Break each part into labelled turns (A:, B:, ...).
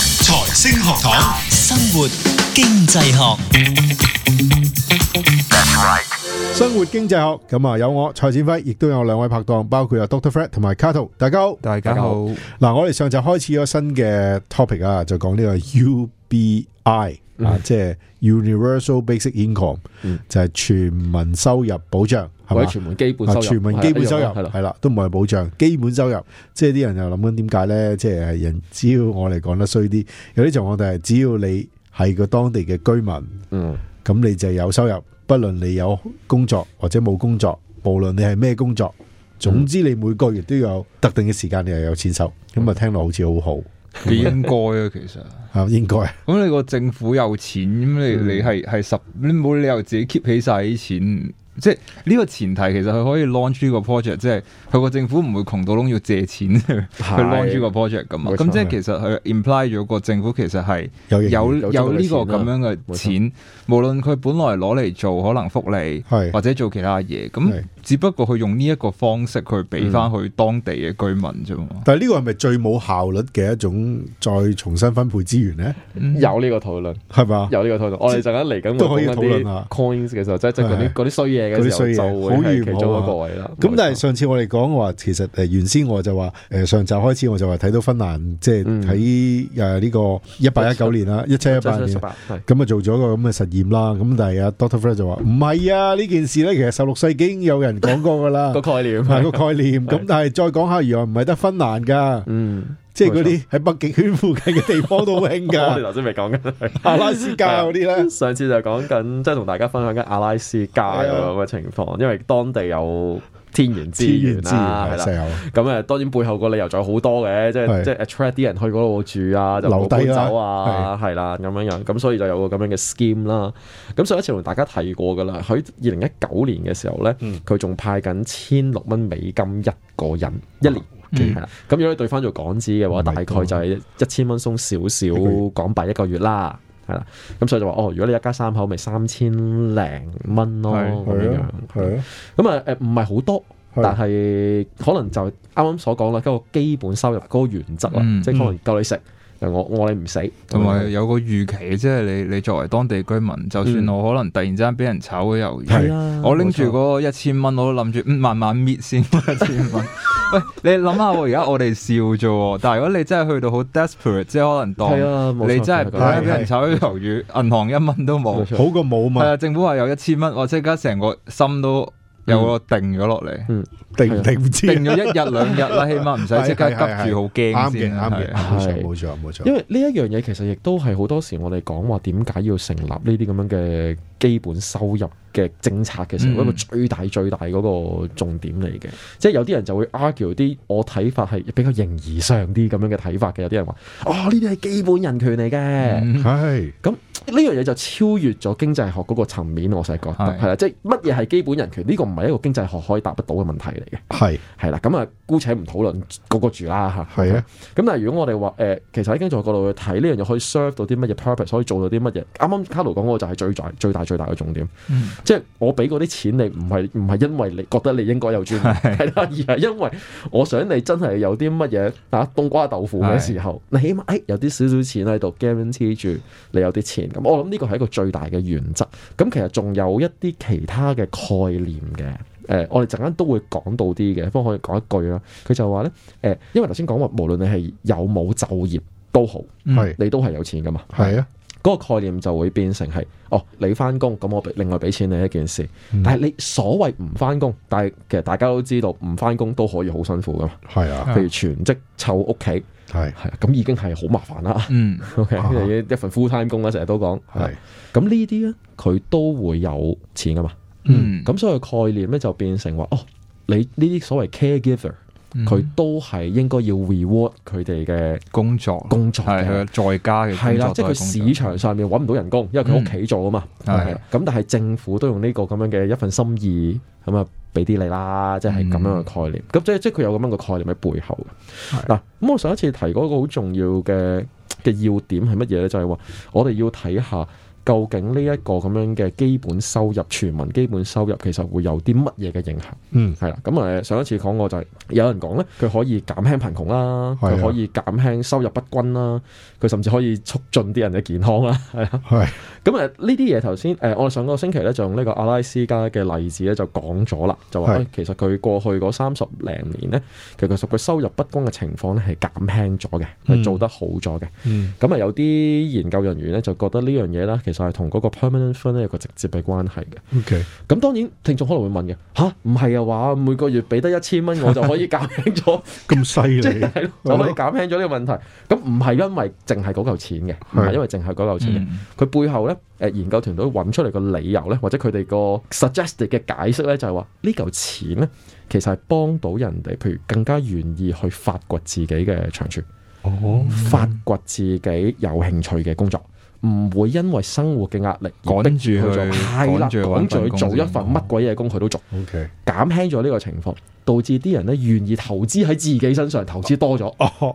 A: 星學堂，
B: 生活經濟學，
C: 生活經濟學咁啊，有我蔡展輝，亦都有兩位拍檔，包括啊 Doctor Fred 同埋 Cato。大家好，
D: 大家好，
C: 嗱，我哋上集開始咗新嘅 topic 啊，就講呢個 UBI 啊，即係 Universal Basic Income，
D: 嗯
C: 就係全民收入保障，
D: 或
C: 係
D: 者
C: 嘛？
D: 全民基本
C: 啊
D: 收入，
C: 全民基本收入
D: 係啦，
C: 係啦，都唔係保障，基本收入，即係啲人又諗緊點解呢？即係人，只要我哋講得衰啲，有啲就我哋係只要你係個當地嘅居民。
D: 嗯，
C: 咁你就有收入，不論你有工作或者冇工作，無論你係咩工作，總之你每個月都有特定嘅時間，你又有錢收，咁啊聽落好似好好
E: 你應該啊，其實
C: 啊，應該
E: 咁你個政府有錢，咁
D: 嗯
E: 你你係係十，你冇理由自己 keep 起晒啲錢，即係呢個前提其實佢可以 launch 呢個 project，即係佢個政府唔會窮到窿要借錢 去 launch 呢個 project 咁嘛。
D: 冇錯嗯
E: 咁即係其實佢 imply 咗個政府其實係
C: 有盈餘
E: 有
D: 有
E: 有呢個
D: 足夠嘅
E: 咁
D: 錢啦冇
E: 樣嘅
D: 錯
E: 錢，無論佢本來攞嚟做可能福利
C: 係
E: 或者做其他嘢，咁
C: 係
E: 只不過佢用呢一個方式去俾
D: 嗯
E: 翻佢當地嘅居民啫嘛。
C: 但係呢個係咪最冇效率嘅一種再重新分配資源呢？
D: 有呢個討論，
C: 係嘛？
D: 有呢個討論。我哋陣間嚟緊
C: 啊都可以
D: 會講
C: 討論
D: 緊
C: 下
D: 啲 coins 嘅時候，即係即係嗰
C: 係係
D: 啲嗰啲衰嘢
C: 嗰
D: 嘅
C: 啲
D: 時
C: 衰嘢
D: 候，就會
C: 好與
D: 係
C: 唔
D: 其
C: 好
D: 中
C: 啊
D: 一個位啦。
C: 咁
D: 冇
C: 但係
D: 錯
C: 上次我哋講話，其實誒呃原先我就話誒上集開始我就話睇到芬蘭，即係喺誒呢個一八一九年啦，一七一八
D: 即係
C: 年
D: 18。係
C: 咁啊做咗個咁嘅實驗啦，咁但係啊 Doctor Fred 就話唔係啊，呢件事咧其實十六世紀已經有人講過噶啦
D: 個，概念
C: 係個概念。咁但係再講下，原來唔係得芬蘭噶，
D: 嗯，
C: 即係嗰啲喺北極圈附近嘅地方都好興
D: 我
C: 噶，
D: 哋頭先未講緊。
C: 阿拉斯加嗰啲咧，
D: 上次就講緊，即係同大家分享緊阿拉斯加
C: 係
D: 有
C: 啊
D: 咁嘅情況，因為當地有天然資源啦，係
C: 係
D: 啦
C: 石。油，
D: 咁誒當然背後個理由仲有好多嘅，即
C: 係
D: 係即係 attract 啲人去嗰度住啊，就
C: 留
D: 冇
C: 低啦
D: 搬走啊，係啦咁樣樣，咁所以就有個咁樣嘅 scheme 啦。咁上一次同大家提過㗎啦，喺二零一九年嘅時候咧
C: 嗯，
D: 佢仲派緊千六蚊美金一個人一年。
E: 嗯
D: 係啦，咁如果你對翻做港紙嘅話，
C: 唔係
D: 大概就係一千蚊鬆少少港幣一個月啦，係啦，咁所以就話哦，如果你一家三口，咪三千零蚊咯
E: 係
D: 咁樣
C: 係
D: 樣
C: 啊，，係啊，
D: 咁啊誒唔係好多，
C: 係
D: 但係可能就啱啱所講啦，嗰個基本收入嗰個原則啦，啊
E: 嗯
D: 即係可能夠你食，我我你唔死，
E: 同埋有個預期，即係你你作為當地居民，就算
D: 嗯
E: 我可能突然之間俾人炒咗魷魚，
D: 係啊，
E: 我拎住
D: 冇錯
E: 嗰一千蚊，我都諗住嗯慢慢搣先 一千蚊。喂，你諗下喎，而家我哋笑啫喎，但係如果你真係去到好 desperate，即係可能當
D: 係啊冇錯
E: 你真係
D: 係啊
E: 俾人炒咗魷魚，銀行一蚊都
D: 冇，
E: 冇
D: 錯
C: 好過冇
E: 係
C: 嘛，
E: 啊，政府話有一千蚊，我即刻成個心都有個定咗落嚟。
D: 嗯
C: 定唔定唔知啊，
E: 定咗一日兩日啦，起碼唔使即刻急住，好
C: 啱
E: 驚
C: 嘅，
E: 先啦。
C: 啱嘅，
E: 係啊
C: 冇錯，
D: 係
C: 冇錯，冇錯
D: 因。為呢一樣嘢其實亦都係好多時我哋講話點解要成立呢啲咁樣嘅基本收入嘅政策嘅時候，
E: 嗯
D: 一個最大最大嗰個重點嚟嘅。即係有啲人就會 argue 啲我睇法係比較形而上啲咁樣嘅睇法嘅，有啲人話：哦，呢啲係基本人權嚟嘅。
E: 嗯
C: 係
D: 咁呢樣嘢就超越咗經濟學嗰個層面，我成日覺得
E: 係
D: 係啦，即係乜嘢係基本人權？呢、個唔係一個經濟學可以答得到嘅問題嚟嘅，
C: 係
D: 係啦。咁啊，姑且唔討論嗰個住啦嚇。
C: 係啊，
D: 咁但係如果我哋話誒，其實喺經濟學角度去睇呢樣嘢，可以 serve 到啲乜嘢 purpose，可以做到啲乜嘢？啱啱卡羅講嗰個就係最大最大最大嘅重點，
E: 嗯
D: 即係我俾嗰啲錢你，唔係唔係因為你覺得你應該有專業，係啦，而係因為我想你真係有啲乜嘢啊冬瓜豆腐嘅時候，你起碼誒、哎有啲少少錢喺度 guarantee 住你有啲錢。咁我諗呢個係一個最大嘅原則。咁其實仲有一啲其他嘅概念嘅。誒、我哋陣間都會講到啲嘅，不過可以講一句啦。佢就話咧，誒、呃因為頭先講話，無論你係有冇就業都好，
C: 係
D: 你都係有錢噶嘛。
C: 係啊，
D: 嗰個概念就會變成係哦，你翻工咁，我俾另外俾錢你一件事。
C: 嗯
D: 但係你所謂唔翻工，但係其實大家都知道唔翻工都可以好辛苦噶嘛。
C: 係啊，
D: 譬如全職湊屋企，
C: 係
D: 係啊咁已經係好麻煩啦。
E: 嗯
D: OK，
C: 啊
D: 因為一份 full time 工啦，成日都講。
C: 係
D: 咁呢啲咧，佢都會有錢噶嘛。
E: 嗯
D: 咁所以概念咧就變成話哦，你呢啲所謂 caregiver，佢
E: 嗯
D: 都係應該要 reward 佢哋嘅
E: 工作
D: 工作嘅
E: 哦係佢在家嘅
D: 係啦，
E: 工作
D: 即係
E: 都係
D: 佢市
E: 工作
D: 場上面揾唔到人工，因為佢屋企做啊嘛。
E: 嗯
D: 係啦咁但係政府都用呢個咁樣嘅一份心意，咁啊俾啲你啦，即
E: 嗯
D: 係咁樣嘅概念。咁即係即係佢有咁樣嘅概念喺背後嘅。嗱，咁我上一次提嗰個好重要嘅嘅要點係乜嘢咧？就係話我哋要睇下究竟呢一個咁樣嘅基本收入，全民基本收入其實會有啲乜嘢嘅影響？
C: 嗯，
D: 係啦，咁誒上一次講過就係、有人講咧，佢可以減輕貧窮啦，
C: 係啊
D: 佢可以減輕收入不均啦，佢甚至可以促進啲人嘅健康啦， 係啦。
C: 係
D: 咁呃誒呢啲嘢頭先誒，我哋上個星期咧就用呢個阿拉斯加嘅例子咧就講咗啦，就話
C: 係
D: 誒、其實佢過去嗰三十零年咧，其實佢收入不均嘅情況咧係減輕咗嘅，係
C: 嗯
D: 做得好咗嘅。
C: 嗯
D: 咁啊有啲研究人員咧就覺得呢樣嘢啦，其實係同嗰個 permanent fund 咧有個直接嘅關係嘅。
C: ，OK，
D: 咁當然聽眾可能會問嘅吓，唔係嘅話，每個月俾得一千蚊我就可以減輕咗，
C: 咁犀
D: 即係
C: 利，
D: 係咯就可以減輕咗呢個問題。咁唔係因為淨係嗰嚿錢嘅，唔係因為淨係嗰嚿錢
E: 嗯
D: 嘅，佢背後咧誒研究團隊揾出嚟個理由咧，或者佢哋個 suggested 嘅解釋咧，就係話呢嚿錢咧其實係幫到人哋，譬如更加願意去發掘自己嘅長處。
C: 哦，
D: 發掘自己有興趣嘅工作，唔會因為生活嘅壓力而
E: 趕
D: 逼
E: 住
D: 佢做，
E: 去
D: 係啦，
E: 趕住去
D: 趕住
E: 搵份
D: 去
E: 工
D: 做一
E: 先
D: 份乜鬼嘢工佢都做，
C: OK，
D: 減輕咗呢個情況，導致啲人咧願意投資喺自己身上，投資多咗，
C: 哦
D: 係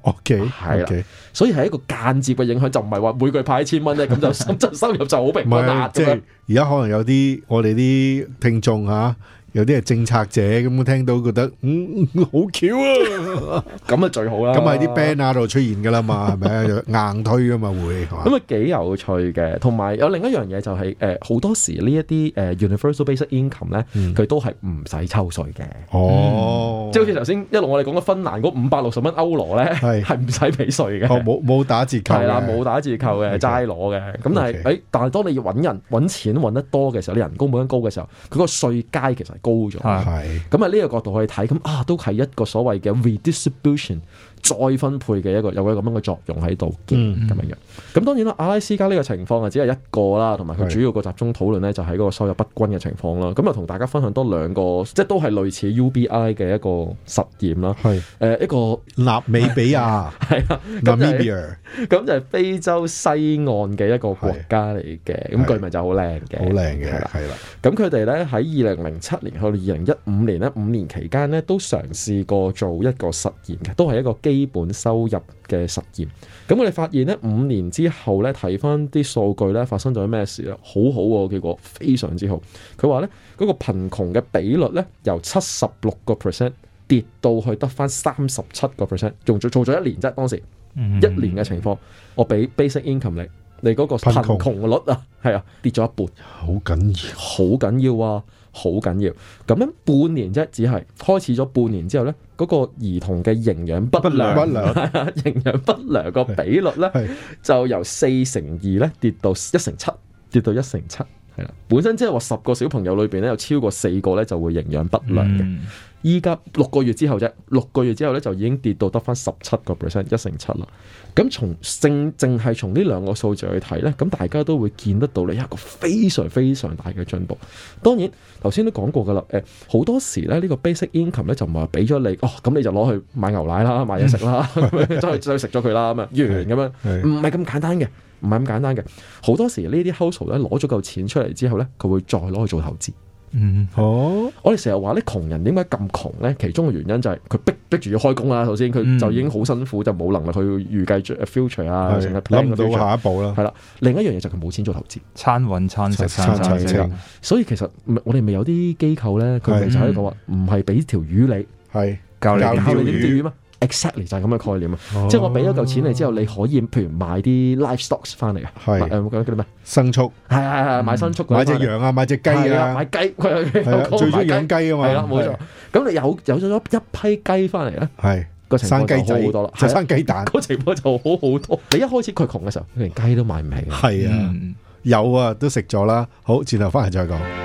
D: 啦
C: ，OK，OK，
D: 所以係一個間接嘅影響，就唔係話每個月派一千蚊咧，咁 就咁就收入就好平
C: 唔
D: 均啦
C: 係，即
D: 咁樣
C: 係。而家可能有啲我哋啲聽眾吓，有啲係政策者咁，聽到覺得嗯 嗯好巧啊！
D: 咁啊最好啦。
C: 咁喺啲 banner 度出現噶啦嘛，係咪 硬推噶嘛會係嘛
D: 咁啊幾有趣嘅，同埋有另一樣嘢就係誒好多時呢一啲誒 universal basic income 咧，
C: 嗯
D: 佢都係唔使抽稅嘅。
C: 哦，
D: 即係好似頭先一路我哋講嘅芬蘭嗰五百六十蚊歐羅咧，
C: 係
D: 係唔使俾稅
C: 哦
D: 嘅。
C: 冇冇打折扣嘅
D: 係啦，冇打折扣嘅，
C: OK
D: 齋攞嘅。咁但係，
C: OK
D: 誒，但係當你要揾人揾錢揾得多嘅時候，你人工本身高嘅時候，佢個稅階其實係高咗。咁
E: 係
C: 係
D: 啊，呢個角度去睇，咁啊，都係一個所謂嘅 redistribution 再分配嘅一個有個咁樣嘅作用喺度嘅
C: 嗯
D: 咁樣樣。咁當然啦，阿拉斯加呢個情況啊，只係一個啦，同埋佢
C: 係
D: 主要個集中討論咧就喺嗰個收入不均嘅情況啦。咁啊，同大家分享多兩個，即係都係類似 UBI 嘅一個實驗啦。
C: 係
D: 誒、一個
C: 納美比亞
D: 係啊，咁就係
C: Namibia
D: 咁就係非洲西岸嘅一個國家嚟嘅，
C: 係
D: 咁據聞就好靚嘅，
C: 好靚
D: 係
C: 嘅
D: 啦。
C: 係啦，
D: 咁佢哋咧喺二零零七年去到二零一五年咧，五年期間咧都嘗試過做一個實驗嘅，都係一個基本收入嘅實驗。咁我哋發現咧，五年之後咧睇翻啲數據咧，發生咗咩事咧？好好喎、結果非常之好。佢話咧嗰個貧窮嘅比率咧，由七十六個 percent 跌到去得翻三十七個 percent，仲做做咗一年啫，當時。
C: 嗯
D: 一年嘅情況，我俾 basic income 你，你嗰個
C: 貧窮
D: 貧窮率啊， 係啊，跌咗一半，
C: 好緊要，
D: 好緊要啊，好緊要。咁樣半年啫，只係開始咗半年之後咧，嗰、個兒童嘅營養不良，
C: 不良
D: 營養不良個比率咧，
C: 係
D: 就由四成二咧跌到一成七，跌到一成七。係啦，本身即係話十個小朋友裏邊咧，有超過四個咧就會營養不良
E: 嗯
D: 嘅。依家六個月之後啫，六個月之後咧就已經跌到得翻十七個 percent，一成七啦。咁從正正係從呢兩個數字去睇咧，咁大家都會見得到你一個非常非常大嘅進步。當然頭先都講過噶啦，誒好多時咧呢、個 basic income 咧就唔係話俾咗你，哦咁你就攞去買牛奶啦、買嘢食啦，咁樣走去走去食咗佢啦咁樣完咁樣。
C: 係
D: 唔係咁簡單嘅，唔係咁簡單嘅。好多時呢啲 household 咧攞咗嚿錢出嚟之後咧，佢會再攞去做投資。
E: 嗯，
C: 哦
D: 我哋成日話咧，窮人點解咁窮咧？其中嘅原因就係佢逼逼住要開工啊啦。首先佢
E: 嗯
D: 就已經好辛苦，就冇能力去預計住 future 啊，成日
C: 係
D: plan
C: 諗唔
D: 個
C: 到
D: future。
C: 下一步啦
D: 係，啦，另一樣嘢就係佢冇錢做投資，
E: 餐揾餐食
C: 餐餐
E: 食
C: 食
E: 餐食
D: 所以其實唔我哋咪有啲機構咧，佢咪
C: 係
D: 就喺度話唔係俾條魚你，
C: 係
E: 教你
C: 教
E: 點
D: 教你點
C: 釣
D: 釣
C: 魚哦
D: 魚嘛？Exactly 就係咁嘅概念啊！即係我俾咗嚿錢你之後，你可以譬如買啲 livestock 翻嚟嘅，啊
C: 係
D: 誒嗰啲叫咩？
C: 牲畜，
D: 係係係買新畜嗰啲
C: 買
D: 返
C: 隻
D: 嚟
C: 羊啊，買隻雞
D: 係啦
C: 啊
D: 買，雞佢
C: 係啊，最中意養雞啊嘛，
D: 係啦，冇錯。咁你有有咗一批雞翻嚟咧，
C: 係，
D: 個
C: 係
D: 情
C: 生
D: 況就
C: 雞
D: 好好
C: 仔
D: 多啦，
C: 就
D: 係啊
C: 生雞蛋，
D: 個情況就好好多。你一開始佢窮嘅時候，佢連雞都買唔起嘅。
C: 係啊。
E: 嗯
C: 有啊，都食咗啦。好，轉頭翻嚟再講。